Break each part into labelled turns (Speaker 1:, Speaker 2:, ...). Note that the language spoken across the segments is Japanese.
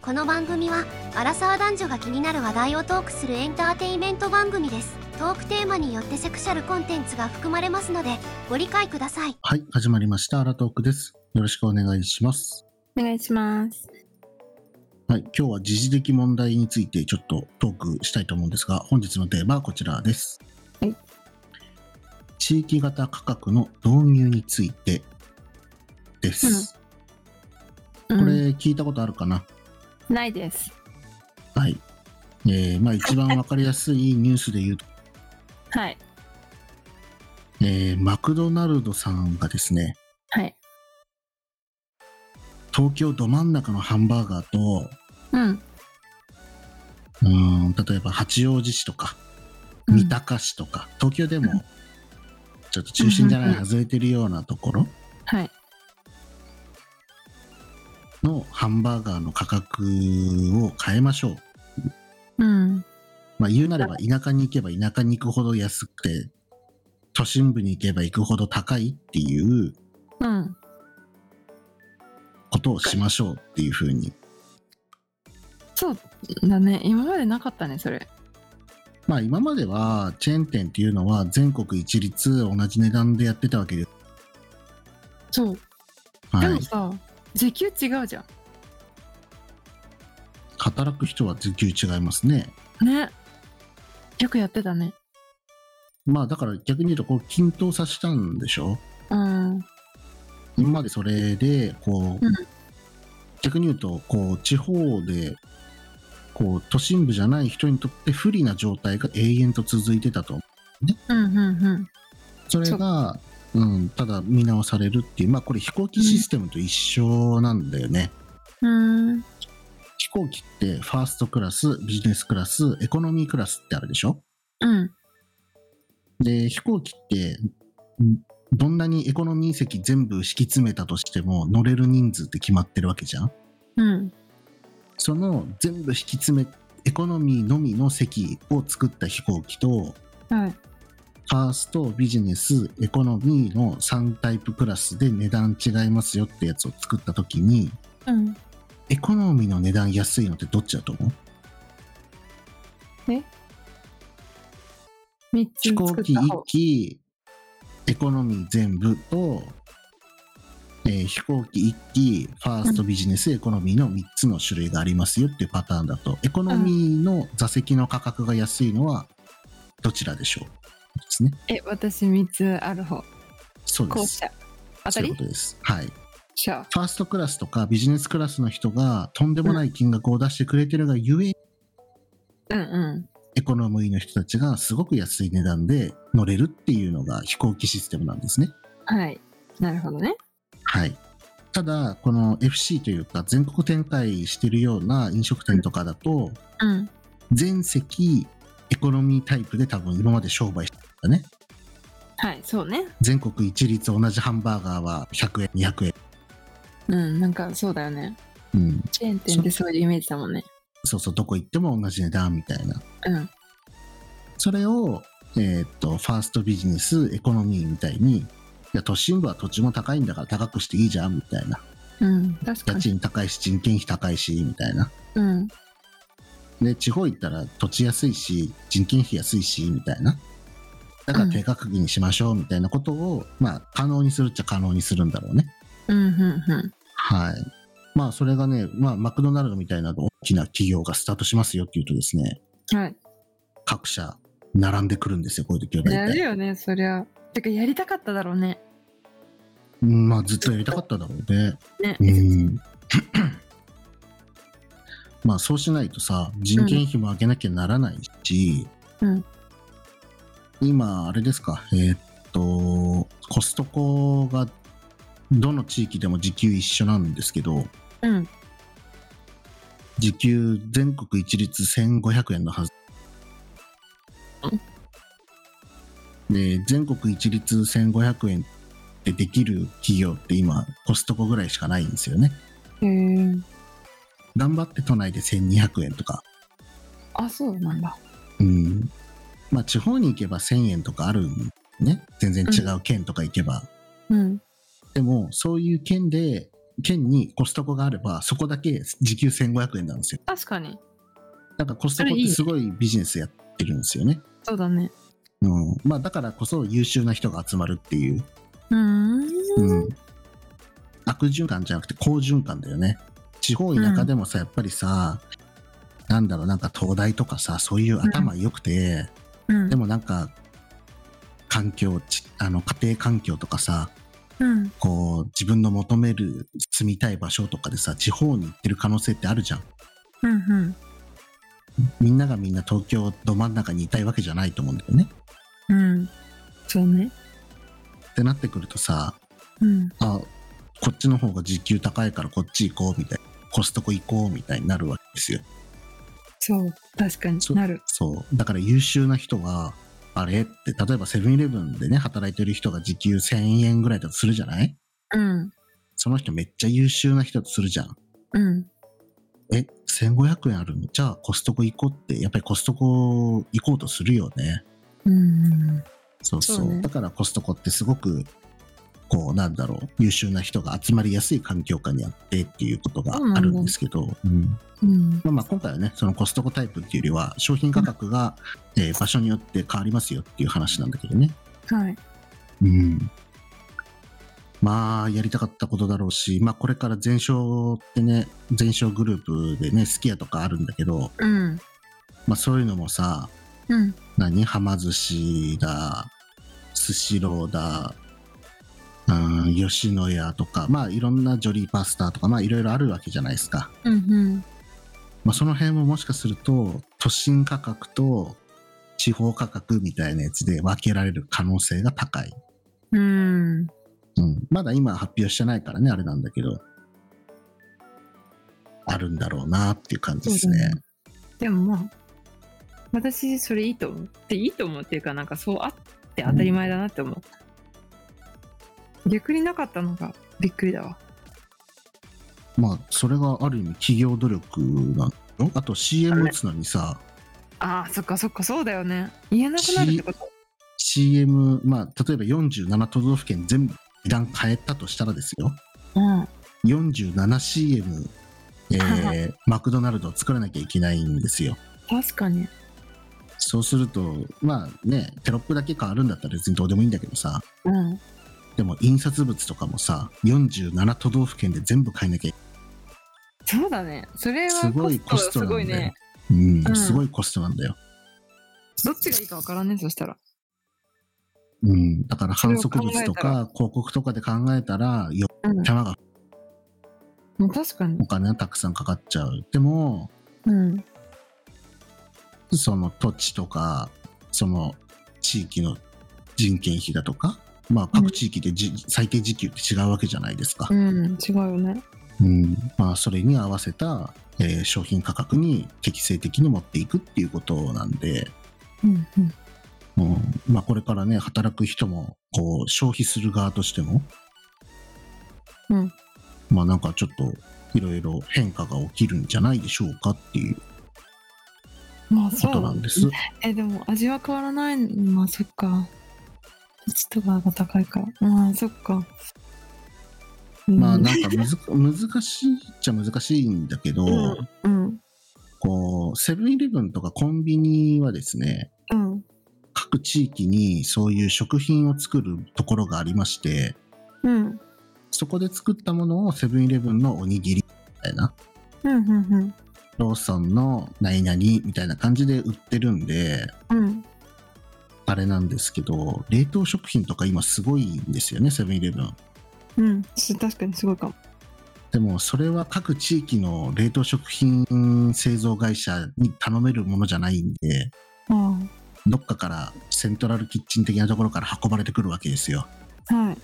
Speaker 1: この番組はアラサー男女が気になる話題をトークするエンターテインメント番組ですトークテーマによってセクシャルコンテンツが含まれますのでご理解ください
Speaker 2: はい、始まりました。アラトークです。よろしくお願いします。
Speaker 3: お願いします。
Speaker 2: はい、今日は時事的問題についてちょっとトークしたいと思うんですが、本日のテーマはこちらです。
Speaker 3: はい
Speaker 2: 地域型価格の導入についてです。こ
Speaker 3: こ
Speaker 2: れ聞いたことあるかな、
Speaker 3: ないです。
Speaker 2: はい。えー、まあ一番わかりやすいニュースで言うと、
Speaker 3: はい。
Speaker 2: えー、マクドナルドさんがですね、
Speaker 3: はい。
Speaker 2: 東京ど真ん中のハンバーガーと、
Speaker 3: うん。
Speaker 2: うーん例えば八王子市とか三鷹市とか、東京で
Speaker 3: う
Speaker 2: もちょっと中心じゃな
Speaker 3: う
Speaker 2: い
Speaker 3: んうんうん
Speaker 2: 外れてるようなところ
Speaker 3: はい。
Speaker 2: のハンバーガーの価格を変えましょう、
Speaker 3: うん。
Speaker 2: まあ、言うなれば田舎に行けば田舎に行くほど安くて都心部に行けば行くほど高いっていう
Speaker 3: うん。
Speaker 2: ことをしましょうっていうふうに
Speaker 3: そうだね。今までなかったね、それ。
Speaker 2: まあ今まではチェーン店っていうのは全国一律同じ値段でやってたわけです、
Speaker 3: そう。
Speaker 2: は
Speaker 3: で
Speaker 2: い
Speaker 3: も、さ、時給違うじゃ
Speaker 2: 働く人は時給違いますね
Speaker 3: ん。ね。よくやってたね。
Speaker 2: まあだから逆に言うとこう均等させたんでしょ
Speaker 3: うん。
Speaker 2: 今までそれでこう、
Speaker 3: うん
Speaker 2: 逆に言うとこう地方でこう都心部じゃない人にとって不利な状態が永遠と続いてたと
Speaker 3: うん、うん、うん。
Speaker 2: それがうん、ただ見直されるっていうまあこれ飛行機システムと一緒なんだよね、
Speaker 3: うん。
Speaker 2: 飛行機ってファーストクラスビジネスクラスエコノミークラスってあるでしょ
Speaker 3: うん。
Speaker 2: で飛行機ってんどんなにエコノミー席全部敷き詰めたとしても乗れる人数って決まってるわけじゃん
Speaker 3: うん。
Speaker 2: その全部引き詰めエコノミーのみの席を作った飛行機と
Speaker 3: はい。
Speaker 2: ファーストビジネスエコノミーの3タイプクラスで値段違いますよってやつを作った時に
Speaker 3: うん。
Speaker 2: エコノミーの値段安いのってどっちだと思う
Speaker 3: 三つ
Speaker 2: 飛行
Speaker 3: 作っ
Speaker 2: 機
Speaker 3: た
Speaker 2: 1
Speaker 3: 方。
Speaker 2: 機エコノミー全部と、えー飛行機1機ファーストビジネスエコノミーの3つの種類がありますよっていうパターンだとエコノミーの座席の価格が安いのはどちらでしょうですね。
Speaker 3: え、私三つある方。
Speaker 2: そうで
Speaker 3: 後
Speaker 2: す。
Speaker 3: 者。当た
Speaker 2: そういう
Speaker 3: り
Speaker 2: ことです。はい。フ
Speaker 3: しゃ
Speaker 2: ァーストクラスとかビジネスクラスの人がとんでもない金額を出してくれてるがゆえ、
Speaker 3: うんう
Speaker 2: エコノミーの人たちがすごく安い値段で乗れるっていうのが飛行機システムなんですね。
Speaker 3: ん。はい。なるほどね。
Speaker 2: はい。ただ、この FC というか、全国展開してるような飲食店とかだと、
Speaker 3: うん。
Speaker 2: 全席エコノミータイプで多分今まで商売してたね。
Speaker 3: はい、そうね。
Speaker 2: 全国一律同じハンバーガーは100円、200円。
Speaker 3: うん、なんかそうだよね。
Speaker 2: うん。
Speaker 3: チェーン店ってそういうイメージだもんね。
Speaker 2: そうそう、どこ行っても同じ値段みたいな。
Speaker 3: うん。
Speaker 2: それを、えーっと、ファーストビジネス、エコノミーみたいに、いや、都心部は土地も高いんだから高くしていいじゃん、みたいな。
Speaker 3: うん、確か
Speaker 2: 家
Speaker 3: に。
Speaker 2: 賃高いし、人件費高いし、みたいな。
Speaker 3: うん。
Speaker 2: で、地方行ったら土地安いし、人件費安いし、みたいな。だから低価格にしましょう、みたいなことを、まあ、可能にするっちゃ可能にするんだろうね。
Speaker 3: うん、うん、うん。
Speaker 2: はい。まあ、それがね、まあ、マクドナルドみたいな大きな企業がスタートしますよっていうとですね、
Speaker 3: はい。
Speaker 2: 各社、並んでくるんですよ、こういう時は大
Speaker 3: やる
Speaker 2: 体。
Speaker 3: よね、そりゃ。てか、やりたかっただろうね。
Speaker 2: うん、まあ、ずっとやりたかっただろうね。
Speaker 3: ね。
Speaker 2: うん。 まあ、そうしないとさ、人件費も上げなきゃならないし、
Speaker 3: うん
Speaker 2: 今、あれですか、えーっと、コストコが、どの地域でも時給一緒なんですけど、
Speaker 3: うん。
Speaker 2: 時給全国一律1500円のはず。で、全国一律1500円ってできる企業って今、コストコぐらいしかないんですよね。
Speaker 3: へえ。
Speaker 2: 頑張って都内で1200円とか、
Speaker 3: あ、そうなんだ。
Speaker 2: うん。まあ、地方に行けば1000円とかあるんね。全然違う県とか行けば。
Speaker 3: うん。
Speaker 2: でも、そういう県で県にコストコがあればそこだけ時給1500円なんですよ
Speaker 3: 確かに。
Speaker 2: だからコストコってすごいビジネスやってるんですよね、
Speaker 3: そうだね。
Speaker 2: うんまあ、だからこそ優秀な人が集まるっていう、
Speaker 3: うーん。
Speaker 2: うん、悪循環じゃなくて好循環だよね地方田舎でもさ、やっぱりさなんだろうなんか東大とかさそういう頭良くて、
Speaker 3: うん。
Speaker 2: でもなんか環境ちあの家庭環境とかさ
Speaker 3: うん。
Speaker 2: こう自分の求める住みたい場所とかでさ地方に行ってる可能性ってあるじゃん
Speaker 3: うん。うん。
Speaker 2: みんながみんな東京ど真ん中にいたいわけじゃないと思うんだよね
Speaker 3: うん。そうね。
Speaker 2: ってなってくるとさ
Speaker 3: うん。
Speaker 2: あこっちの方が時給高いからこっち行こうみたいなコストコ行こうみたいになるわけですよ
Speaker 3: そう。確かに
Speaker 2: そう
Speaker 3: なる。
Speaker 2: そうだから優秀な人はあれって例えばセブンイレブンでね働いてる人が時給1000円ぐらいだとするじゃない
Speaker 3: うん。
Speaker 2: その人めっちゃ優秀な人とするじゃん
Speaker 3: うん。
Speaker 2: え、1500円あるのじゃあコストコ行こうって、やっぱりコストコ行こうとするよね。
Speaker 3: うん。
Speaker 2: そうそう。
Speaker 3: そうね
Speaker 2: だからコストコってすごく、こう、なんだろう、優秀な人が集まりやすい環境下にあってっていうことがあるんですけど、うん
Speaker 3: うん。
Speaker 2: まあ、まあ今回はね、そのコストコタイプっていうよりは、商品価格が、えー場所によって変わりますよっていう話なんだけどね。
Speaker 3: はい。
Speaker 2: うん。まあ、やりたかったことだろうし、まあ、これから全商ってね、全商グループでね、スキヤとかあるんだけど、
Speaker 3: うん。
Speaker 2: まあ、そういうのもさ
Speaker 3: うん。
Speaker 2: 何はま寿司だスシローだうん吉野家とかまあいろんなジョリーパスタとかまあいろいろあるわけじゃないですか、
Speaker 3: うん。
Speaker 2: まあ、その辺ももしかすると都心価格と地方価格みたいなやつで分けられる可能性が高い、
Speaker 3: うん。
Speaker 2: うん、まだ今発表してないからねあれなんだけどあるんだろうなっていう感じです
Speaker 3: そう
Speaker 2: ね
Speaker 3: だねでもまあ私それいいと思っていいと思うっていうかなんかそうあって当たり前だなって思う、逆になかったのがびっくりだわ
Speaker 2: まあそれがある意味企業努力なのあと CM 打つのにさ
Speaker 3: あーそっかそっかそうだよね言えなくなるってこと
Speaker 2: CM まあ例えば47都道府県全部一段変えたとしたらですよ
Speaker 3: うん、
Speaker 2: 47CM、えーマクドナルドを作らなきゃいけないんですよ
Speaker 3: 確かに
Speaker 2: そうするとまあねテロップだけ変わるんだったら別にどうでもいいんだけどさ
Speaker 3: うん
Speaker 2: でも印刷物とかもさ47都道府県で全部変えなきゃい
Speaker 3: そうだねそれ
Speaker 2: す
Speaker 3: は
Speaker 2: ご
Speaker 3: コ
Speaker 2: い
Speaker 3: ス
Speaker 2: コ
Speaker 3: ト
Speaker 2: スト
Speaker 3: す
Speaker 2: なん
Speaker 3: ご
Speaker 2: だ
Speaker 3: い
Speaker 2: よ
Speaker 3: ね、
Speaker 2: うん
Speaker 3: うん
Speaker 2: すごいコストなんだよ、
Speaker 3: どっちがいいかわからんねそしたら
Speaker 2: うん、だから反則
Speaker 3: そ
Speaker 2: 物
Speaker 3: れを
Speaker 2: と
Speaker 3: 考えたら
Speaker 2: か広告とかで考えたらよ
Speaker 3: うん
Speaker 2: 手間が
Speaker 3: もう確かに
Speaker 2: お金はたくさんかかっちゃうでも
Speaker 3: うん
Speaker 2: その土地とかその地域の人件費だとか、まあ、各地域でじ、最低時給って違うわけじゃないですか
Speaker 3: う、ん違うよね
Speaker 2: うんまあ、それに合わせた、えー商品価格に適正的に持っていくっていうことなんで、
Speaker 3: うんうん
Speaker 2: うんまあ、これからね働く人もこう消費する側としても、
Speaker 3: うん
Speaker 2: まあ、なんかちょっといろいろ変化が起きるんじゃないでしょうかっていう
Speaker 3: まあ
Speaker 2: こ
Speaker 3: そう
Speaker 2: となんです。
Speaker 3: えでも味は変わらないまあそっか土地とかが高いからまあそっか
Speaker 2: まあ
Speaker 3: うん
Speaker 2: なんかむず 難しいっちゃ難しいんだけど、
Speaker 3: うんうん
Speaker 2: こうセブンイレブンとかコンビニはですね
Speaker 3: うん
Speaker 2: 各地域にそういう食品を作るところがありまして
Speaker 3: うん
Speaker 2: そこで作ったものをセブンイレブンのおにぎりみたいな
Speaker 3: うんうん
Speaker 2: ローソンの何々みたいな感じで売ってるんで
Speaker 3: うん
Speaker 2: あれなんですけど冷凍食品とか今すごいんですよねセブンイレブン
Speaker 3: うんし確かにすごいかも
Speaker 2: でもそれは各地域の冷凍食品製造会社に頼めるものじゃないんで
Speaker 3: あ
Speaker 2: どっかからセントラルキッチン的なところから運ばれてくるわけですよ。
Speaker 3: あはい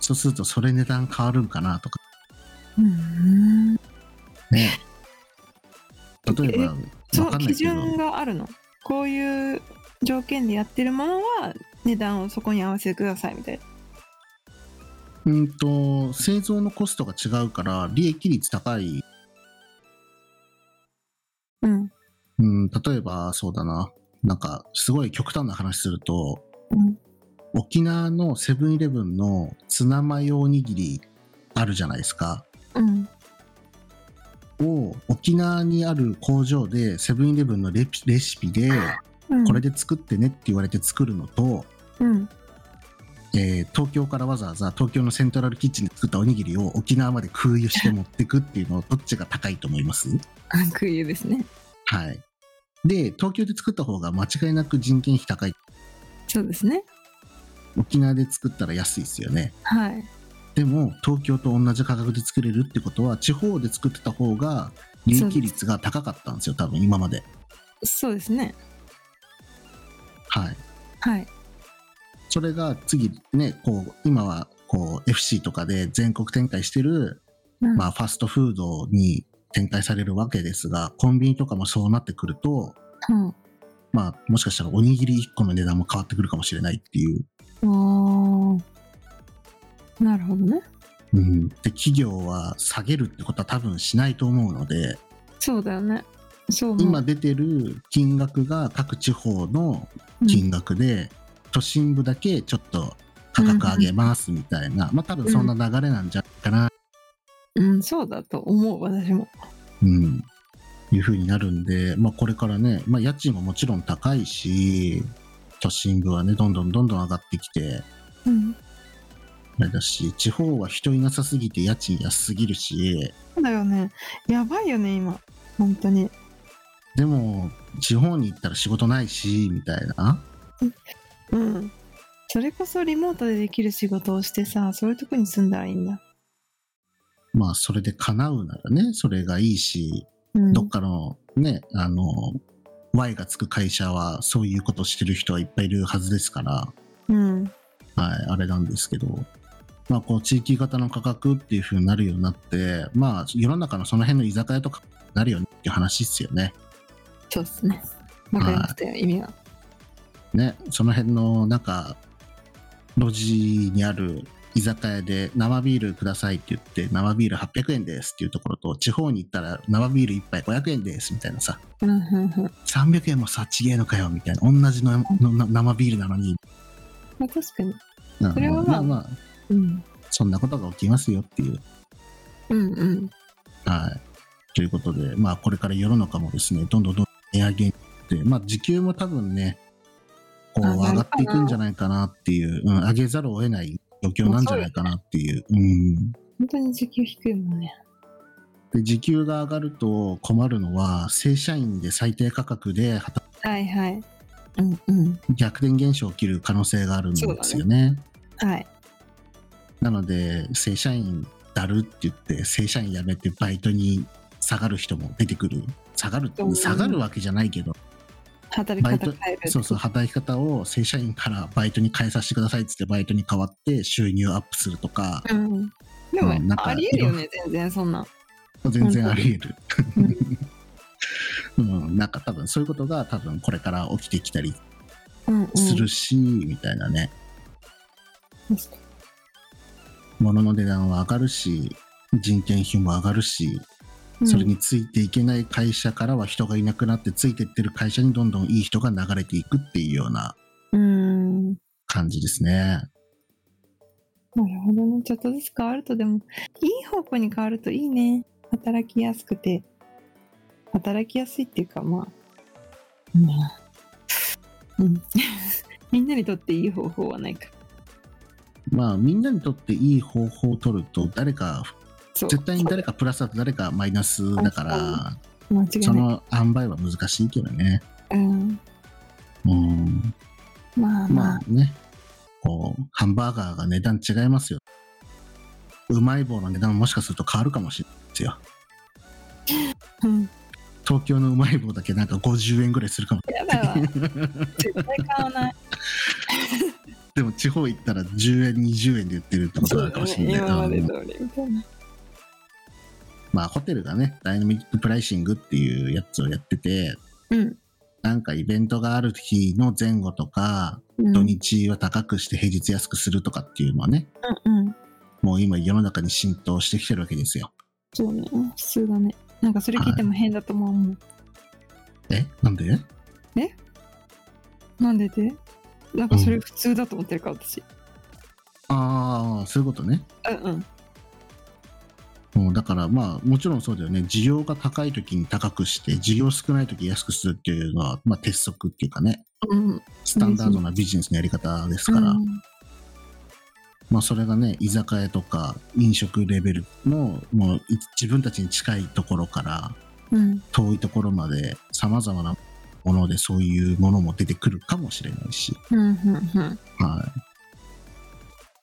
Speaker 2: そうするとそれ値段変わるんかなとか
Speaker 3: うん
Speaker 2: ね。例えば、
Speaker 3: そ
Speaker 2: わか
Speaker 3: うん
Speaker 2: ない
Speaker 3: 基
Speaker 2: けど、
Speaker 3: 準があるのこういう条件でやってるものは値段をそこに合わせてくださいみたいな
Speaker 2: うんと、製造のコストが違うから、利益率高い、
Speaker 3: うん
Speaker 2: うん、例えばそうだな、なんかすごい極端な話すると、
Speaker 3: うん
Speaker 2: 沖縄のセブンイレブンのツナマヨおにぎりあるじゃないですか。を沖縄にある工場でセブンイレブンのレピレシピで
Speaker 3: うん
Speaker 2: これで作ってねって言われて作るのと、
Speaker 3: うん
Speaker 2: えー東京からわざわざ東京のセントラルキッチンで作ったおにぎりを沖縄まで空輸して持ってくっていうのをどっちが高いと思います
Speaker 3: 空輸ですね
Speaker 2: はい。で、東京で作った方が間違いなく人件費高い。
Speaker 3: そうですね
Speaker 2: 沖縄で作ったら安いですよね。
Speaker 3: はい
Speaker 2: でも、東京と同じ価格で作れるってことは、地方で作ってた方が利益率が高かったんですよ、多分今まで。
Speaker 3: そうですね
Speaker 2: はい。
Speaker 3: はい
Speaker 2: それが次ね、こう、今はこう FC とかで全国展開してる、
Speaker 3: うん
Speaker 2: まあ、ファストフードに展開されるわけですが、コンビニとかもそうなってくると、
Speaker 3: うん
Speaker 2: まあ、もしかしたらおにぎり1個の値段も変わってくるかもしれないっていう
Speaker 3: ああなるほどね
Speaker 2: うん、で企業は下げるってことは多分しないと思うので
Speaker 3: そうだよねそう思う
Speaker 2: 今出てる金額が各地方の
Speaker 3: うん
Speaker 2: 金額で、都心部だけちょっと価格上げますみたいな、まあ多分そんな流れなんじゃないかな、
Speaker 3: うん、そうだと思う私も
Speaker 2: うん、いうふうになるんで、まあ、これからね、まあ、家賃ももちろん高いし都心部はねどんどんどんどん上がってきて
Speaker 3: うん
Speaker 2: あれだし地方は人いなさすぎて家賃安すぎるし
Speaker 3: そうだよねやばいよね今本当に
Speaker 2: でも地方に行ったら仕事ないしみたいな。
Speaker 3: うんそれこそリモートでできる仕事をしてさそういうとこに住んだらいいんだ、
Speaker 2: まあ、それで叶うならね、それがいいし、
Speaker 3: うん、
Speaker 2: どっかのね、あの、Y がつく会社はそういうことしてる人はいっぱいいるはずですから、
Speaker 3: うん
Speaker 2: はい、あれなんですけど、まあ、こう、地域型の価格っていう風になるようになって、まあ、世の中のその辺の居酒屋とかになるよねっていう話ですよね。
Speaker 3: そうですねわかりましたよ意味が
Speaker 2: ね、その辺の、なんか、路地にある居酒屋で生ビールくださいって言って、生ビール800円ですっていうところと、地方に行ったら生ビール1杯500円ですみたいなさ、
Speaker 3: うんうんうん
Speaker 2: 300円もさちげえのかよみたいな同じののな生ビールなのに
Speaker 3: まあ確かに
Speaker 2: そ
Speaker 3: れはまあ
Speaker 2: まあ
Speaker 3: うん
Speaker 2: そんなことが起きますよっていう
Speaker 3: うんうん
Speaker 2: はいということでまあこれから世の中もですねどんどんどんどん値上げになってまあ時給も多分ねこう
Speaker 3: あなるかな
Speaker 2: 上がっていくんじゃないかなっていう、うん、上げざるを得ない状況なんじゃないかなっていう、うん、
Speaker 3: 本当に時給低いもんね
Speaker 2: で時給が上がると困るのは正社員で最低価格で働
Speaker 3: はいはいうんうん
Speaker 2: く逆転現象起きる可能性があるんですよね
Speaker 3: はい
Speaker 2: なので正社員だるって言って正社員辞めてバイトに下がる人も出てくる下がる
Speaker 3: そう
Speaker 2: 下がるわけじゃないけど
Speaker 3: 働き方変える
Speaker 2: そうそう働き方を正社員からバイトに変えさせてくださいっつってバイトに変わって収入アップするとか
Speaker 3: うんでも、
Speaker 2: うんなんか
Speaker 3: ありえるよね全然そんな
Speaker 2: 全然あり得る、 うん、なんか多分そういうことが多分これから起きてきたり
Speaker 3: うんうん
Speaker 2: するし、みたいなね
Speaker 3: 確か
Speaker 2: 物の値段は上がるし人件費も上がるし
Speaker 3: に
Speaker 2: それについていけない会社からは人がいなくなってついてってる会社にどんどんいい人が流れていくっていうような
Speaker 3: うん
Speaker 2: 感じですね。
Speaker 3: なるほどね。ちょっとずつ変わると、でも、いい方向に変わるといいね。働きやすくて、働きやすいっていうか、まあ、まあ、うん。 みんなにとっていい方法はないか。
Speaker 2: まあみんなにとっていい方法を取ると誰か
Speaker 3: そう。
Speaker 2: 絶対に誰かプラスだと誰かマイナスだから
Speaker 3: 間違い
Speaker 2: そ
Speaker 3: ない。
Speaker 2: の塩梅は難しいけどね。
Speaker 3: うん。
Speaker 2: うん
Speaker 3: まあま
Speaker 2: ま
Speaker 3: あ
Speaker 2: あ、ねこうハンバーガーが値段違いますよ。うまい棒の値段もしかすると変わるかもしれないですよ。
Speaker 3: うん。
Speaker 2: 東京のうまい棒だけなんか50円ぐらいするかも
Speaker 3: やだわ。絶対買 わない。
Speaker 2: でも地方行ったら10円20円で売ってるってことなのかもしれない
Speaker 3: 今まで
Speaker 2: うん
Speaker 3: 通りみたいな。
Speaker 2: まあホテルがねダイナミックプライシングっていうやつをやってて
Speaker 3: うん。
Speaker 2: なんかイベントがある日の前後とか
Speaker 3: うん
Speaker 2: 土日は高くして平日安くするとかっていうのはね
Speaker 3: うんうん。
Speaker 2: もう今世の中に浸透してきてるわけですよ
Speaker 3: そうね。普通だね。なんかそれ聞いても変だとも思う。
Speaker 2: えなんで
Speaker 3: なんででなんかそれ普通だと思ってるから、私。
Speaker 2: ああそういうことね
Speaker 3: うんうん。
Speaker 2: うん、だからまあもちろんそうだよね需要が高い時に高くして需要少ない時安くするっていうのは、まあ、鉄則っていうかね
Speaker 3: うん。
Speaker 2: スタンダードなビジネスのやり方ですから、
Speaker 3: うん
Speaker 2: まあ、それがね居酒屋とか飲食レベルのもうい自分たちに近いところから
Speaker 3: うん。
Speaker 2: 遠いところまでさまざまなものでそういうものも出てくるかもしれないし、
Speaker 3: うん。うん。
Speaker 2: はい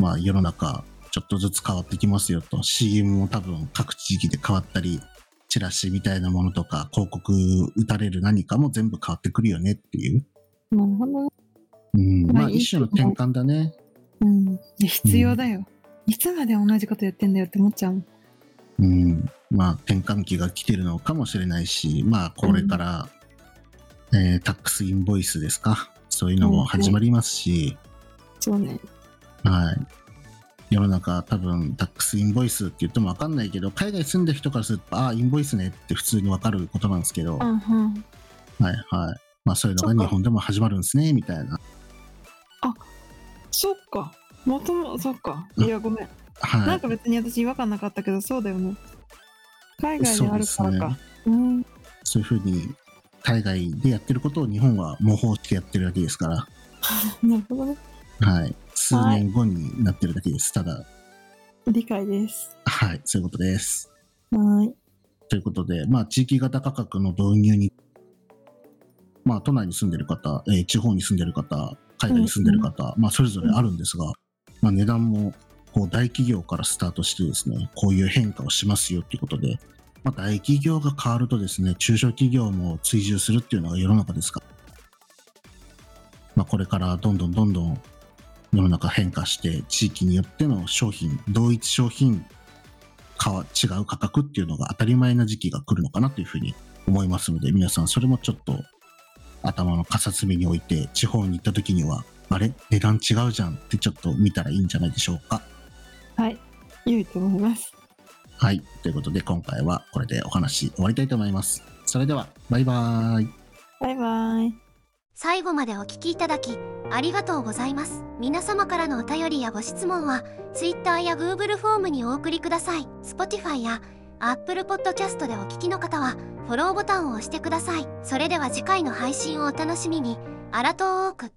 Speaker 2: まあ、世の中ちょっとずつ変わってきますよと CM も多分各地域で変わったりチラシみたいなものとか広告打たれる何かも全部変わってくるよねっていう、
Speaker 3: なるほどね。
Speaker 2: うん、まあ
Speaker 3: まあいい
Speaker 2: 一種の転換だね
Speaker 3: うん。いや必要だよ。いつまで同じことやってんだよって思っちゃうもん。
Speaker 2: うん、まあ転換期が来てるのかもしれないし、まあこれから、えータックスインボイスですか、そういうのも始まりますし、
Speaker 3: そうね。
Speaker 2: はい。世の中多分タックスインボイスって言っても分かんないけど、海外住んでる人からすると、ああ、インボイスねって普通に分かることなんですけど、
Speaker 3: う
Speaker 2: はい
Speaker 3: んうん。
Speaker 2: はい。まあそういうのが日本でも始まるんですね、みたいな。
Speaker 3: そっか。もとも、そっか。いや、ごめん。な
Speaker 2: は
Speaker 3: ん
Speaker 2: い。
Speaker 3: か別に私違和感なかったけど、そうだよね。海外にあるか
Speaker 2: そうで
Speaker 3: ら
Speaker 2: すね。
Speaker 3: かうん。
Speaker 2: そういうふうに、海外でやってることを日本は模倣してやってるわけですから、
Speaker 3: なるほどね。
Speaker 2: はい。数年後になってるだけです。ただ、
Speaker 3: 理解です。
Speaker 2: はい、そういうことです。
Speaker 3: はい。
Speaker 2: ということで、まあ、地域型価格の導入に、まあ、都内に住んでる方、えー地方に住んでる方、海外に住んでる方、まあ、それぞれあるんですが、まあ、値段も、こう、大企業からスタートしてですね、こういう変化をしますよっていうことで、まあ、大企業が変わるとですね、中小企業も追従するっていうのが世の中ですから、まあ、これからどんどんどんどん世の中変化して、地域によっての商品、同一商品かわ違う価格っていうのが当たり前な時期が来るのかなというふうに思いますので皆さんそれもちょっと頭の片隅に置いて地方に行った時にはあれ値段違うじゃんってちょっと見たらいいんじゃないでしょうか
Speaker 3: はい。良いと思います。
Speaker 2: はいということで今回はこれでお話終わりたいと思いますそれではバイバーイ
Speaker 3: バイバイ。
Speaker 1: 最後までお聞きいただきありがとうございます皆様からのお便りやご質問は Twitter や Google フォームにお送りください Spotify や Apple Podcast でお聞きの方はフォローボタンを押してくださいそれでは次回の配信をお楽しみにアラトーーク